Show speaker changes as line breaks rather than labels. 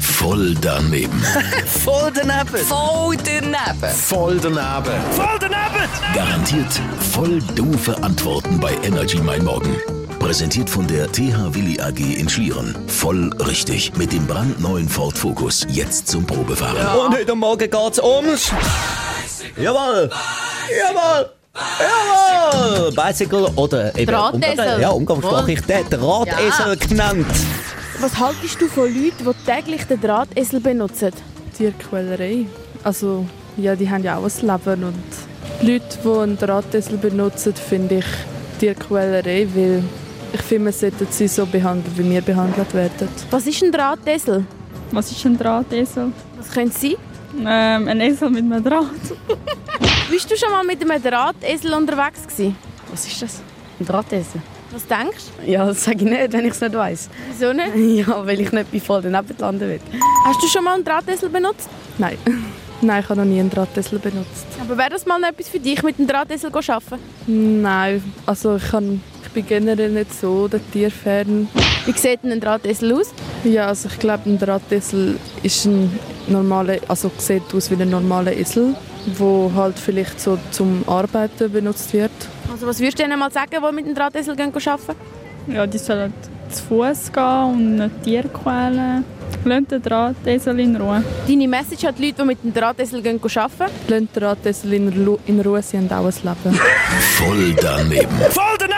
Voll daneben.
Voll daneben.
Voll daneben.
Voll daneben.
Voll daneben!
Garantiert voll doofe Antworten bei Energy Mein Morgen. Präsentiert von der TH Willi AG in Schlieren. Voll richtig. Mit dem brandneuen Ford Focus. Jetzt zum Probefahren.
Und heute Morgen geht's ums... Jawohl! Jawohl! Jawohl! Bicycle oder eben
Drahtesel.
Umgang- Ja, umgangssprachlich der Drahtesel genannt.
Was haltest du von Leuten, die täglich den Drahtesel benutzen?
Tierquälerei. Also, ja, die haben ja auch ein Leben und die Leute, die einen Drahtesel benutzen, finde ich Tierquälerei, weil ich finde, man sollte sie so behandeln, wie wir behandelt werden.
Was ist ein Drahtesel?
Was ist ein Drahtesel?
Was könnte es sein?
Ähm, ein Esel mit einem Draht.
Bist du schon mal mit einem Drahtesel unterwegs gewesen?
Was ist das? Ein Drahtesel?
Was denkst du?
Ja, das sage ich nicht, wenn ich es nicht weiss.
Wieso nicht?
Ja, weil ich nicht bei voll daneben landen will.
Hast du schon mal einen Drahtesel benutzt?
Nein. Nein, ich habe noch nie einen Drahtesel benutzt.
Aber wäre das mal noch etwas für dich, mit dem Drahtesel zu arbeiten?
Nein, also ich, kann, ich bin generell nicht so der Tierfan.
Wie sieht denn ein Drahtesel aus?
Ja, also ich glaube, ein Drahtesel ist ein normaler, also sieht aus wie ein normaler Esel, wo halt vielleicht so zum Arbeiten benutzt wird.
Also was würdest du denen mal sagen, die mit dem Drahtesel gehen arbeiten?
Ja, die sollen zu Fuß gehen und nicht Tier quälen. Lasst den Drahtesel in Ruhe.
Deine Message an die Leute, die mit dem Drahtesel gehen arbeiten.
Lasst den Drahtesel in, Ru in Ruhe, sie haben auch ein Leben.
Voll daneben.
Voll daneben!